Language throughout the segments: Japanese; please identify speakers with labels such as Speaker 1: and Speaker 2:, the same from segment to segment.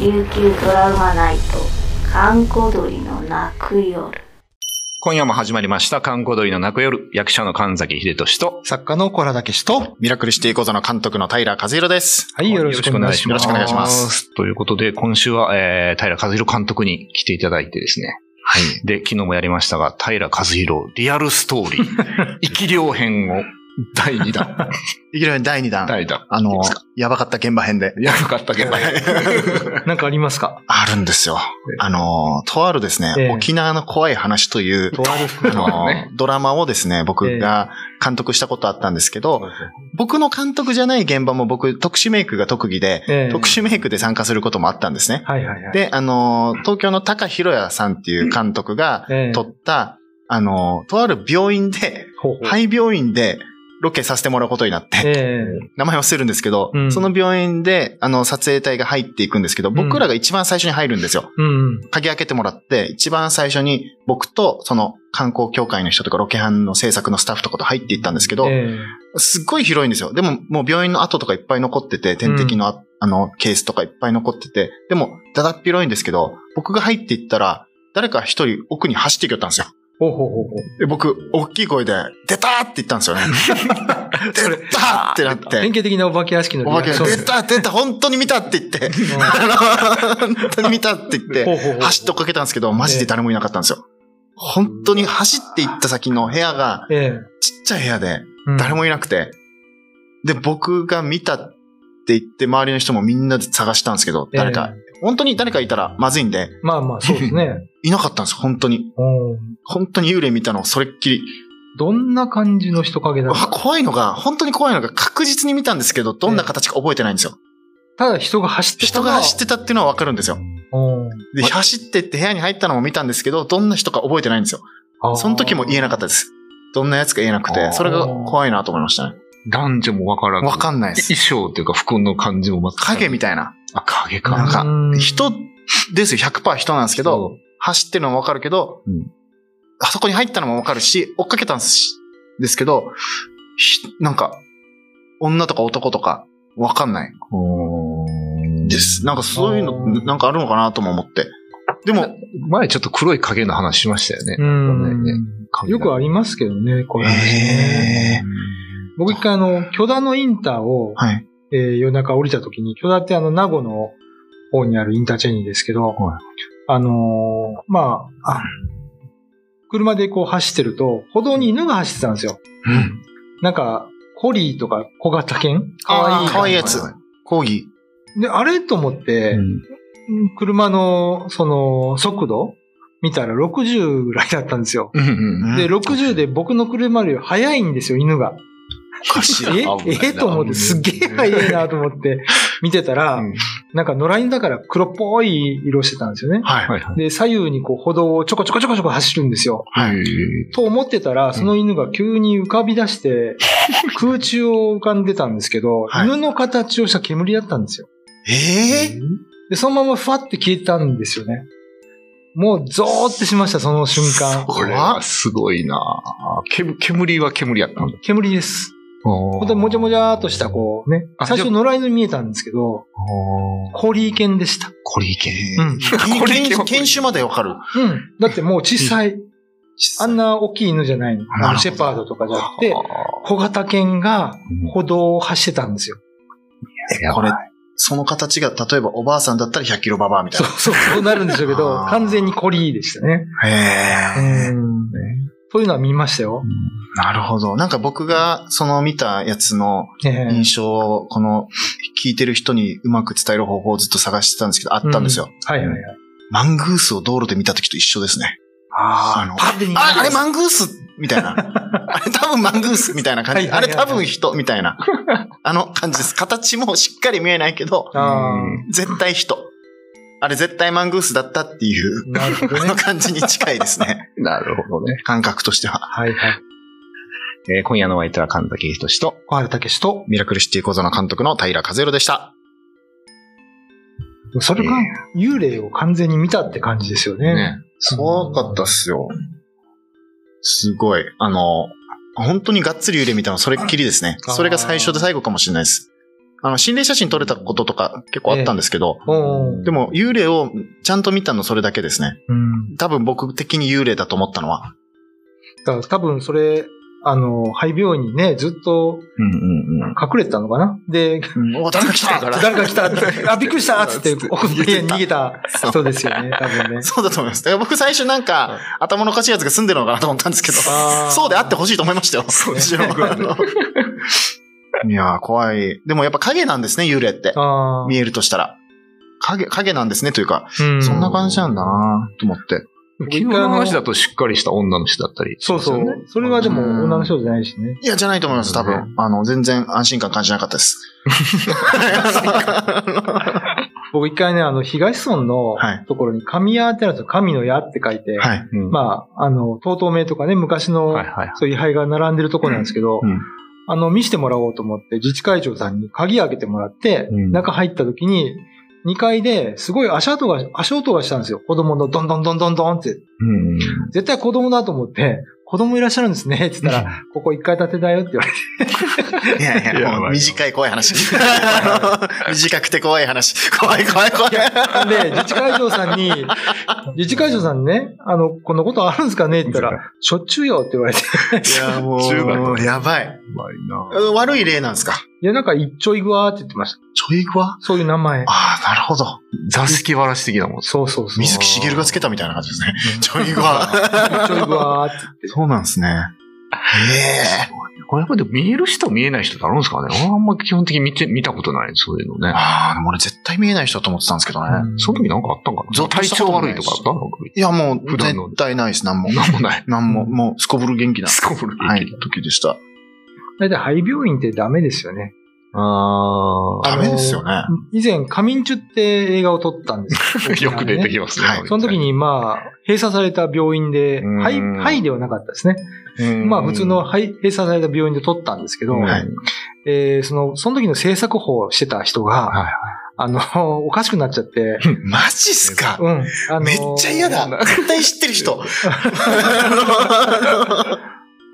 Speaker 1: 琉球ドラマナイト閑古鳥の泣く夜
Speaker 2: 今夜も始まりました、観光鳥の泣く夜、役者の神崎秀俊と、
Speaker 3: 作家のコラダケシと、
Speaker 4: ミラクルシティ講座の監督の平和弘です。
Speaker 3: はい、よろしくお願いしま
Speaker 4: よろし
Speaker 3: す。
Speaker 4: くお願いします。
Speaker 2: ということで、今週は、えー、平和弘監督に来ていただいてですね。はい。で、昨日もやりましたが、平和弘リアルストーリ ー、生き量編を、第2弾。
Speaker 4: いきなり第2弾。
Speaker 2: 第2弾。
Speaker 4: あの、やばかった現場編で。
Speaker 2: やばかったけど、
Speaker 3: なんかありますか
Speaker 4: あるんですよ。あの、とあるですね、
Speaker 3: ええ
Speaker 4: 沖縄の怖い話という、
Speaker 3: とある
Speaker 4: あ
Speaker 2: とあるね
Speaker 4: の、ドラマをですね、僕が監督したことあったんですけど、僕の監督じゃない現場も僕、特殊メイクが特技で、
Speaker 3: ええ
Speaker 4: 特殊メイクで参加することもあったんですね。
Speaker 3: はいはいはい。
Speaker 4: で、あの、東京の高博也さんっていう監督が
Speaker 3: ええ
Speaker 4: 撮った、あの、とある病院で、
Speaker 3: ほうほう
Speaker 4: 廃病院でロケさせてもらうことになって、
Speaker 3: え
Speaker 4: 名前忘れるんですけど、
Speaker 3: うん
Speaker 4: その病院で、あの、撮影隊が入っていくんですけど、僕らが一番最初に入るんですよ。
Speaker 3: えうん。
Speaker 4: 鍵開けてもらって、一番最初に僕と、その、観光協会の人とか、ロケハンの制作のスタッフとかと入っていったんですけど、
Speaker 3: ええ
Speaker 4: すっごい広いんですよ。でも、もう病院の跡とかいっぱい残ってて、点滴のあ、あの、ケースとかいっぱい残ってて、でも、だだっ広いんですけど、僕が入っていったら、誰か一人奥に走っていきよったんですよ。
Speaker 3: ほうほうほうほ
Speaker 4: で僕、大きい声で、出たーって言ったん ですよね。出たーってなっ
Speaker 3: う。典
Speaker 4: て。
Speaker 3: 型的なお化け屋敷の
Speaker 4: お化け、
Speaker 3: そう
Speaker 4: 出たー出た本当に見たって言って。あの本当に見たって言っ
Speaker 3: ほう
Speaker 4: て、
Speaker 3: ほうほう
Speaker 4: 走って追っかけたんですけど、マジで誰もいなかったんですよ。本当に走って行った先の部屋が、
Speaker 3: ええ
Speaker 4: ちっちゃい部屋で、
Speaker 3: うん
Speaker 4: 誰もいなくて。で、僕が見たって言って、周りの人もみんなで探したんですけど、誰か
Speaker 3: え、え
Speaker 4: 本当に誰かいたらまずいんで、
Speaker 3: まあまあ、そうですね。
Speaker 4: いなかったんですよ、本当に。
Speaker 3: うん
Speaker 4: 本当に幽霊見たの、それっきり。
Speaker 3: どんな感じの人影だった
Speaker 4: あ怖いのが、本当に怖いのが確実に見たんですけど、どんな形か覚えてないんですよ。
Speaker 3: ただ人が走ってた
Speaker 4: 人が走ってたっていうのはわかるんですよ。
Speaker 3: うん
Speaker 4: で、走ってって部屋に入ったのも見たんですけど、どんな人か覚えてないんですよ。
Speaker 3: あー
Speaker 4: その時も言えなかったです。どんなやつか言えなく
Speaker 2: あー
Speaker 4: て、それが怖いなと思いましたね。
Speaker 2: 男女もわからず
Speaker 4: わかんないです。
Speaker 2: 衣装というか服の感じも全く。
Speaker 4: 影みたいな。
Speaker 2: あ、影
Speaker 4: な
Speaker 2: か
Speaker 4: ん。
Speaker 3: うん
Speaker 4: か、人ですよ、100%人なんですけど、
Speaker 2: そ
Speaker 4: 走ってるのもわかるけど、
Speaker 2: うん
Speaker 4: あそこに入ったのもわかるし、追っかけたんですですけど、ひなんか、女とか男とか、わかんない。
Speaker 2: ううーん
Speaker 4: です。なんかそういう
Speaker 3: あー
Speaker 4: の、なんかあるのかなとも思って。でも、
Speaker 2: 前ちょっと黒い影の話しましたよね。
Speaker 3: うん
Speaker 2: ね影
Speaker 3: よくありますけどね、こういう話ね。
Speaker 4: え
Speaker 3: 僕一回あの、巨田のインターを、
Speaker 4: はい。
Speaker 3: えー夜中降りた時に、巨田ってあの、名護の方にあるインターチェンジですけど、
Speaker 2: はい
Speaker 3: あのーまああ、車でこう走ってると、歩道に犬が走ってたんですよ。
Speaker 2: うん
Speaker 3: なんか、コリーとか小型犬
Speaker 4: あー
Speaker 3: か
Speaker 4: 可
Speaker 3: わ
Speaker 4: 愛い
Speaker 3: いい
Speaker 4: やつ。講義。
Speaker 3: で、あれと思って、
Speaker 2: うん
Speaker 3: 車の、その、速度見たら60ぐらいだったんですよ。
Speaker 2: うんうん
Speaker 3: で、60で僕の車より速いんですよ、犬が。
Speaker 4: おかしい。
Speaker 3: え
Speaker 2: 危ないな
Speaker 3: えと思って、すっげえ速いなと思って見てたら、
Speaker 2: うん
Speaker 3: なんか野良犬だから黒っぽい色してたんですよね。
Speaker 4: はい。
Speaker 2: はいはい。
Speaker 3: で、左右にこう歩道をちょこちょこちょこちょこ走るんですよ。
Speaker 4: はい。
Speaker 3: と思ってたら、その犬が急に浮かび出して、 空中を浮かんでたんですけど、
Speaker 4: はい
Speaker 3: 犬の形をした煙だったんですよ。
Speaker 4: え
Speaker 3: で、そのままふわって消えたんですよね。もうゾーってしました、その瞬間。
Speaker 2: これはすごいなけ煙は煙やったんだ。
Speaker 3: 煙です。
Speaker 2: ほ
Speaker 3: 本当にもじゃもじゃーっとした、こうね。
Speaker 2: あ
Speaker 3: 最初野良犬に見えたんですけど、コリー犬でした。
Speaker 2: コリ系。
Speaker 3: うん。
Speaker 4: ぇ
Speaker 2: これいけ
Speaker 4: 研研修までわかる。
Speaker 3: うん。だってもう小さい、あん
Speaker 4: な。
Speaker 3: な大きい犬じゃないの。
Speaker 4: な
Speaker 3: あ
Speaker 4: るほ
Speaker 3: の
Speaker 4: ど
Speaker 3: シェパードとかじゃなくて
Speaker 2: あ、
Speaker 3: 小型犬が歩道を走ってたんですよ。
Speaker 2: や
Speaker 4: こ
Speaker 2: ばい
Speaker 4: れ、その形が、例えばおばあさんだったら100キロババアみたい
Speaker 3: そうそう、そうなるんでしょうけど、
Speaker 4: あー
Speaker 3: 完全にコリーでしたね。
Speaker 4: な。へぇ
Speaker 3: うん。そういうのは見ましたよ。
Speaker 4: なるほど。なんか僕が、その見たやつの
Speaker 3: ええ
Speaker 4: 印象を、この、聞いてる人にうまく伝える方法をずっと探してたんですけど、あったんですよ。。
Speaker 3: はいはいはい。
Speaker 4: マングースを道路で見た時と一緒ですね。
Speaker 3: あ
Speaker 4: あの
Speaker 3: パッて逃げ
Speaker 4: あ、あれ
Speaker 3: ん
Speaker 4: マングースみたいな。あれ多分マングースみたいな感じ。
Speaker 3: はいはい
Speaker 4: あ
Speaker 3: はい
Speaker 4: れ多分人みたいな。あの感じです。形もしっかり見えないけど、
Speaker 3: あ
Speaker 4: 絶対人。あれ絶対マングースだったっていう、
Speaker 3: ーなるほど
Speaker 4: あ
Speaker 3: ね
Speaker 4: の。感じに近いです ね。
Speaker 2: なるほどね。
Speaker 4: 感覚としては。
Speaker 3: はいはい。
Speaker 2: えー今夜のお相手は神崎仁と、
Speaker 3: 小原武史と、
Speaker 4: ミラクルシティ講座の監督の平和弘でした。
Speaker 3: それが幽霊を完全に見たって感じですよね。
Speaker 2: ね
Speaker 4: 怖かったっすよ。すごい。あの、本当にがっつり揺れ見たのそれっきりですね。
Speaker 3: あー
Speaker 4: それが最初で最後かもしれないです。あの、心霊写真撮れたこととか結構あったんですけど、
Speaker 3: おー
Speaker 4: でも幽霊をちゃんと見たのそれだけですね。
Speaker 3: うん。
Speaker 4: 多分僕的に幽霊だと思ったのは。
Speaker 3: だから多分それ、あの、肺病院にね、ずっと
Speaker 2: うんうんうん。
Speaker 3: 隠れてたのかなで、
Speaker 4: うん、お誰か来たから。
Speaker 3: 誰か 来たって、あ、びっくりしたっつって、
Speaker 4: つって
Speaker 3: 奥の家に逃げた
Speaker 4: そう
Speaker 3: 人ですよね、多分ね。
Speaker 4: そうだと思います。だから僕最初なんか、頭のおかしいやつが住んでるのかなと思ったんですけど、
Speaker 3: あー
Speaker 4: そうであってほしいと思いましたよ。そう
Speaker 3: で すね
Speaker 4: いやー、怖い。でもやっぱ影なんですね、幽霊って。
Speaker 3: ああ。
Speaker 4: 見えるとしたら。影、影なんですね、というか、
Speaker 3: うん
Speaker 4: そんな感じなんだなーと思って。
Speaker 2: 昨日の話だとしっかりした女の人だったり、
Speaker 3: そうそう。それはでも女の人じゃないしね。
Speaker 4: いや、じゃないと思います、多分。あの、全然安心感感じなかったです。は
Speaker 3: 僕一回ね、あの、東村の
Speaker 4: はい
Speaker 3: ところに神屋ってあるんですよ。神の屋って書いて。
Speaker 4: い。
Speaker 2: うん。
Speaker 3: まあ、あの、東東名とかね、昔
Speaker 2: あ
Speaker 3: の
Speaker 2: はい、はい。
Speaker 3: そういう位牌が並んでるとこなんですけど、
Speaker 2: うん
Speaker 3: あの、見してもらおうと思って、自治会長さんに鍵開けてもらって、
Speaker 2: うん
Speaker 3: 中入った時に、2階ですごい足音が、足音がしたんですよ。子供のドンドンドンドンドンって。
Speaker 2: うんうん。
Speaker 3: 絶対子供だと思って、子供いらっしゃるんですね。って言ったら、ここ1階建てだよって言われて。
Speaker 4: いやい
Speaker 2: や
Speaker 4: や、もう短い怖い 話。短くて怖い話。怖い怖い怖い。
Speaker 3: で、自治会長さんに、自治会長さんにね、あの、こんなことあるんですかねって言ったら、しょっちゅうよって言われて。
Speaker 4: いや、も
Speaker 2: 10
Speaker 4: う、
Speaker 2: 代
Speaker 4: やばい。
Speaker 2: うまいな
Speaker 4: 悪い例なんですか
Speaker 3: いや、なんか、一丁いぐわーって言ってました。
Speaker 4: ちょいグワ
Speaker 3: そういう名
Speaker 4: あ
Speaker 3: 前。
Speaker 4: あ、なるほど。
Speaker 2: 座敷わらし的なもん。
Speaker 3: そうそうそう。
Speaker 4: 水木しげるがつけたみたいな感じですね。ちょいグワ
Speaker 3: 一丁いぐわーって言っ て。
Speaker 4: そうなんですね。ええ。
Speaker 2: これやっぱでも見える人見えない人ってあるんですかね俺あんま基本的に見て見たことない、そういうのね。
Speaker 4: ああ、でも俺絶対見えない人だと思ってたんですけどね。
Speaker 3: うん
Speaker 2: その時なんかあったんか
Speaker 4: ゾッ
Speaker 2: な
Speaker 4: と
Speaker 2: 体
Speaker 4: した
Speaker 2: 調
Speaker 4: ことな
Speaker 2: 悪
Speaker 4: い
Speaker 2: い
Speaker 4: で
Speaker 2: と
Speaker 4: す
Speaker 2: かあったの
Speaker 4: いや、もう
Speaker 2: 普段の
Speaker 4: 絶対ないです、なんも。
Speaker 2: なんもない。
Speaker 4: なんも、もう、すこぶる元気な。
Speaker 2: すこぶる
Speaker 4: はい、時でした。
Speaker 3: 大体肺病院ってダメですよね。
Speaker 2: あ
Speaker 3: あ
Speaker 4: ダ
Speaker 3: の
Speaker 4: メですよね。
Speaker 3: 以前、仮眠中って映画を撮ったんです
Speaker 2: ーよく出てきますね。
Speaker 4: はい
Speaker 3: その時に、まあ、閉鎖された病院で、
Speaker 2: うん
Speaker 3: 肺、肺ではなかったですね。
Speaker 2: うん、
Speaker 3: まあ、普通の肺、閉鎖された病院で撮ったんですけど、
Speaker 4: はい
Speaker 3: えーその、その時の制作法をしてた人が、
Speaker 2: はい
Speaker 3: あの、おかしくなっちゃって、
Speaker 4: マジっすか
Speaker 3: うん。あの
Speaker 4: めっちゃ嫌だ。絶対知ってる人。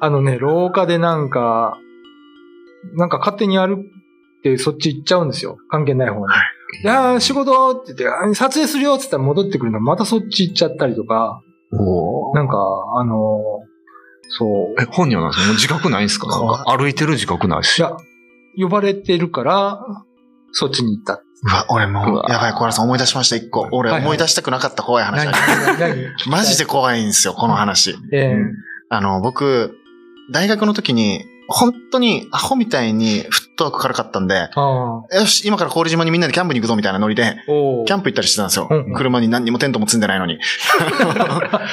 Speaker 3: あのね、廊下でなんか、なんか勝手にやるって、そっち行っちゃうんですよ。関係ない方に。いやー、仕事って言ってあ、撮影するよって言ったら戻ってくるの、またそっち行っちゃったりとか、
Speaker 2: おー
Speaker 3: なんか、あのーそう。
Speaker 2: え、本人はなんですかもう自覚ないんですかなん か歩いてる自覚ない
Speaker 3: い
Speaker 2: し。
Speaker 3: や、呼ばれてるから、そっちに行った。
Speaker 4: うわ、俺もう、やばい、小原さん思い出しました、一個。俺
Speaker 3: はいはい
Speaker 4: 思い出したくなかった怖い話。
Speaker 3: 何何
Speaker 4: マジで怖いんですよ、この話。
Speaker 3: え
Speaker 4: あの、僕、大学の時に、本当にアホみたいにフットワーク軽かったんで、
Speaker 3: ー、ああ、
Speaker 4: よし、今から氷島にみんなでキャンプに行くぞみたいなノリで、
Speaker 3: お
Speaker 4: キャン
Speaker 3: プ
Speaker 4: プ行ったりしてたんですよ
Speaker 3: うんうん。
Speaker 4: 車に何にもテントも積んでないの に。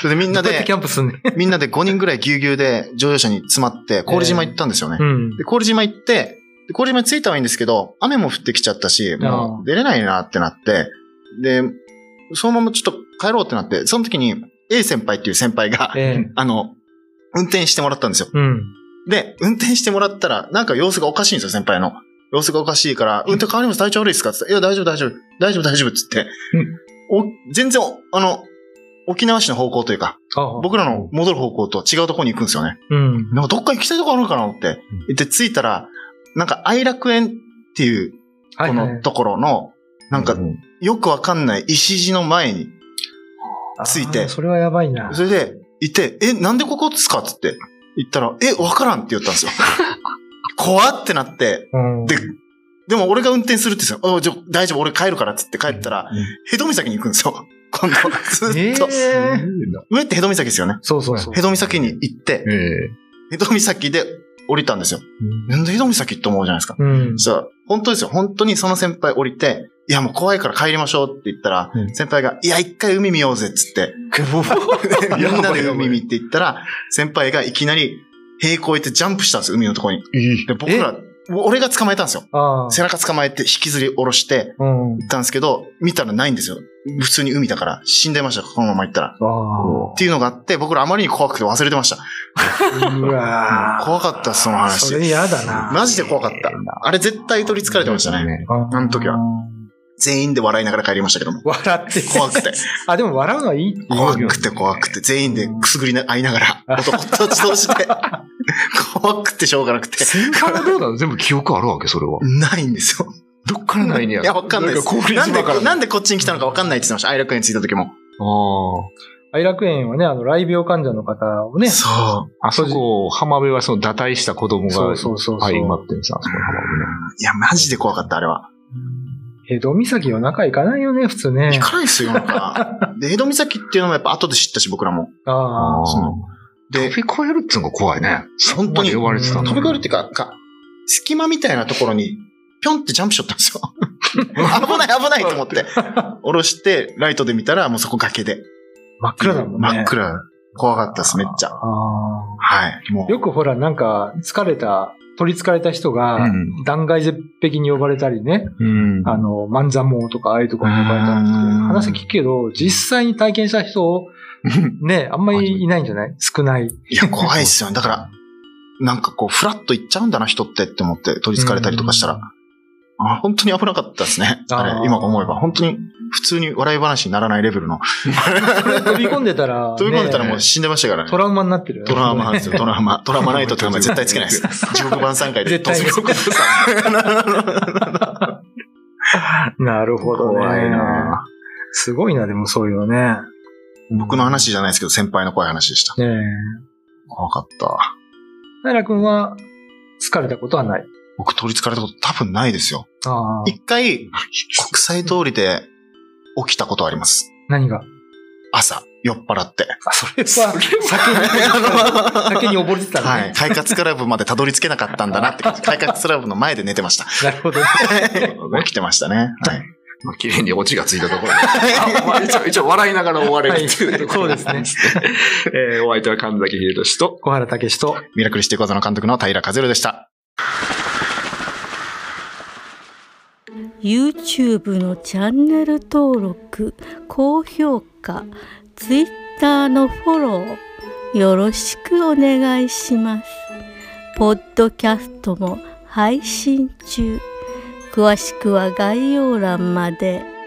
Speaker 4: それでみんなで
Speaker 3: キ、ャンプすんね。
Speaker 4: みんなで5人ぐらいぎゅうぎゅうで乗用車に詰まって、氷島行ったんですよね
Speaker 3: う。ん。
Speaker 4: で、氷島行って、で氷島に着いたはいいんですけど、雨も降ってきちゃったし、もう出れないなってなって、で、そのままちょっと帰ろうってなって、その時に A 先輩っていう先輩が、
Speaker 3: ええ
Speaker 4: あの、運転してもらったんですよ。
Speaker 3: うん。
Speaker 4: で、運転してもらったら、なんか様子がおかしいんですよ、先輩の。様子がおかしいから、運転変わります、体調悪いですかって言ったらいや、大丈夫、大丈夫、大丈夫、大丈夫、つって。お全然、あの、沖縄市の方向というか、
Speaker 3: ああ、
Speaker 4: 僕らの戻る方向と違うところに行くんですよね。
Speaker 3: うん。
Speaker 4: なんかどっか行きたいとこあるのかなって
Speaker 2: うん。
Speaker 4: で、着いたら、なんか愛楽園っていう、
Speaker 3: はい
Speaker 4: こ
Speaker 3: はい
Speaker 4: のところの、なんか
Speaker 2: う、ん
Speaker 4: よくわかんない石地の前に、ついて
Speaker 3: あーそれはやばいな。
Speaker 4: それで、いて、え、なんでここっすかっつって、言ったら、え、わからんって言ったんですよ。 怖ってなって、
Speaker 3: うん
Speaker 4: で、でも俺が運転するって言ってたよあじゃあ大丈夫、俺帰るからっつって帰ったら、ヘド岬に行くんですよ。今度、ずっと。
Speaker 3: ええ
Speaker 4: 上ってヘド岬ですよね。
Speaker 3: そうそうそう
Speaker 4: ヘ。ド岬に行って、
Speaker 2: え
Speaker 4: ヘド岬で降りたんですよ。なんでヘド岬って思うじゃないですか。
Speaker 3: うん。
Speaker 4: そう、本当ですよ。本当にその先輩降りて、いやもう怖いから帰りましょうって言ったら、
Speaker 2: うん
Speaker 4: 先輩が、いや一回海見ようぜっつって、
Speaker 2: え
Speaker 4: みんなで
Speaker 2: やば
Speaker 4: 海
Speaker 2: い
Speaker 4: 見って言ったら、先輩がいきなり平行行ってジャンプしたんですよ、海のところに。
Speaker 2: いい
Speaker 4: で、僕ら、俺が捕まえたんですよ。
Speaker 3: ああ。
Speaker 4: 背中捕まえて引きずり下ろして、
Speaker 3: うん。
Speaker 4: 行ったんですけど、見たらないんですよ。普通に海だから、死んでました、このまま行ったら。
Speaker 3: ああ。
Speaker 4: っていうのがあって、僕らあまりに怖くて忘れてました。
Speaker 3: うわ
Speaker 4: 怖かったっすその
Speaker 3: ーそ
Speaker 4: 話。
Speaker 3: れ嫌だな。
Speaker 4: マジで怖かった。あれ絶対取り憑かれてましたね。。あの時は
Speaker 3: あー。
Speaker 4: 全員で笑いながら帰りましたけ ども。
Speaker 3: 笑って。
Speaker 4: 怖くて。
Speaker 3: あ、でも笑うのはいいって言うよ
Speaker 4: 怖くて怖くて、全員でくすぐりな、合いながら、男と同士で。怖くてしょうがなくて。
Speaker 2: 先輩はどうなの全部記憶あるわけ、それは。
Speaker 4: ないんですよ。
Speaker 2: どっからないんや。
Speaker 4: いや、わかんないで
Speaker 2: なんか
Speaker 4: す。
Speaker 2: 氷
Speaker 4: なんで、
Speaker 2: 島から。
Speaker 4: なんでこっちに来たのかわかんないって言ってました。愛楽園着いた時も。
Speaker 2: あ
Speaker 3: 愛楽園はね、あの、雷病患者の方をね、
Speaker 4: そう。
Speaker 2: あ。あそこを、浜辺はその堕胎した子供が、
Speaker 3: そうそうそうそう
Speaker 2: はい、待ってるんですよあそこの浜辺ね。
Speaker 4: いや、マジで怖かった、あれは。
Speaker 3: 江戸岬は中行かないよね、普通ね。
Speaker 4: 行かないですよ、なんか。で、江戸岬っていうのもやっぱ後で知ったし、僕らも。
Speaker 3: ああ。
Speaker 4: その
Speaker 2: で、
Speaker 4: で、
Speaker 2: 飛び越えるっつうのが怖いね。
Speaker 4: 本当に
Speaker 2: 呼ばれてた
Speaker 3: うん
Speaker 2: の。
Speaker 4: 飛び越えるっていうか、か、隙間みたいなところに、ぴょんってジャンプしちゃったんですよ。危ない危ないと思って。下ろして、ライトで見たら、もうそこ崖で。
Speaker 3: 真っ暗だもんね。
Speaker 4: 真っ。暗。怖かったです、めっちゃ。
Speaker 3: ああ。
Speaker 4: はい。もう。
Speaker 3: よくほら、なんか、疲れた、取り憑かれた人が
Speaker 2: う、ん
Speaker 3: 断崖絶壁に呼ばれたりね、
Speaker 2: うん。
Speaker 3: あの、万座網とか、ああいうとこに呼ばれたりって、
Speaker 4: うん
Speaker 3: 話聞くけど、実際に体験した 人、ね、あんまりいないんじゃない少ない。
Speaker 4: いや、怖いっすよ。だから、なんかこう、フラッと行っちゃうんだな、人ってって思って、取り憑かれたりとかしたら。あ本当に危なかったですね。
Speaker 3: あー
Speaker 4: あれ、今思えば。本当に、普通に笑い話にならないレベルの。
Speaker 3: 飛び込んでたら、ね
Speaker 4: 飛び込んでたらもう死んでましたからね。
Speaker 3: トラウマになってるよね。
Speaker 4: トラウマなんですよ。トラウマ。トラウマナイトって名前絶対つけない です。地獄版3回で。
Speaker 3: 絶対
Speaker 4: 突撃
Speaker 3: なるほどね。
Speaker 4: 怖いな
Speaker 3: すごいな、でもそういうのね。
Speaker 4: 僕の話じゃないですけど、先輩の怖い話でした。
Speaker 3: ねえ。
Speaker 4: 怖かった。
Speaker 3: 平君は、疲れたことはない。
Speaker 4: 僕取り憑かれたこと多分ないですよ。
Speaker 3: ああ。
Speaker 4: 一回、国際通りで起きたことあります。
Speaker 3: 何が
Speaker 4: 朝、酔っ払って。
Speaker 3: あ、それは、酒に、酒に溺れてたのね。
Speaker 4: はい。快活クラブまでたどり着けなかったんだなって感じ。快活クラブの前で寝てました。
Speaker 3: なるほどね。
Speaker 4: 起きてましたね。はい。
Speaker 2: まあ綺麗にオチがついたところで。あ まあ一応、一応笑いながら終われるっていうところ
Speaker 3: はいそうです
Speaker 2: ね。えー、お相手は神崎秀俊と、
Speaker 3: 小原武史と、
Speaker 4: ミラクルシティ講座の監督の平和郎でした。
Speaker 5: YouTube のチャンネル登録高評価 Twitter のフォローよろしくお願いしますポッドキャストも配信中詳しくは概要欄まで。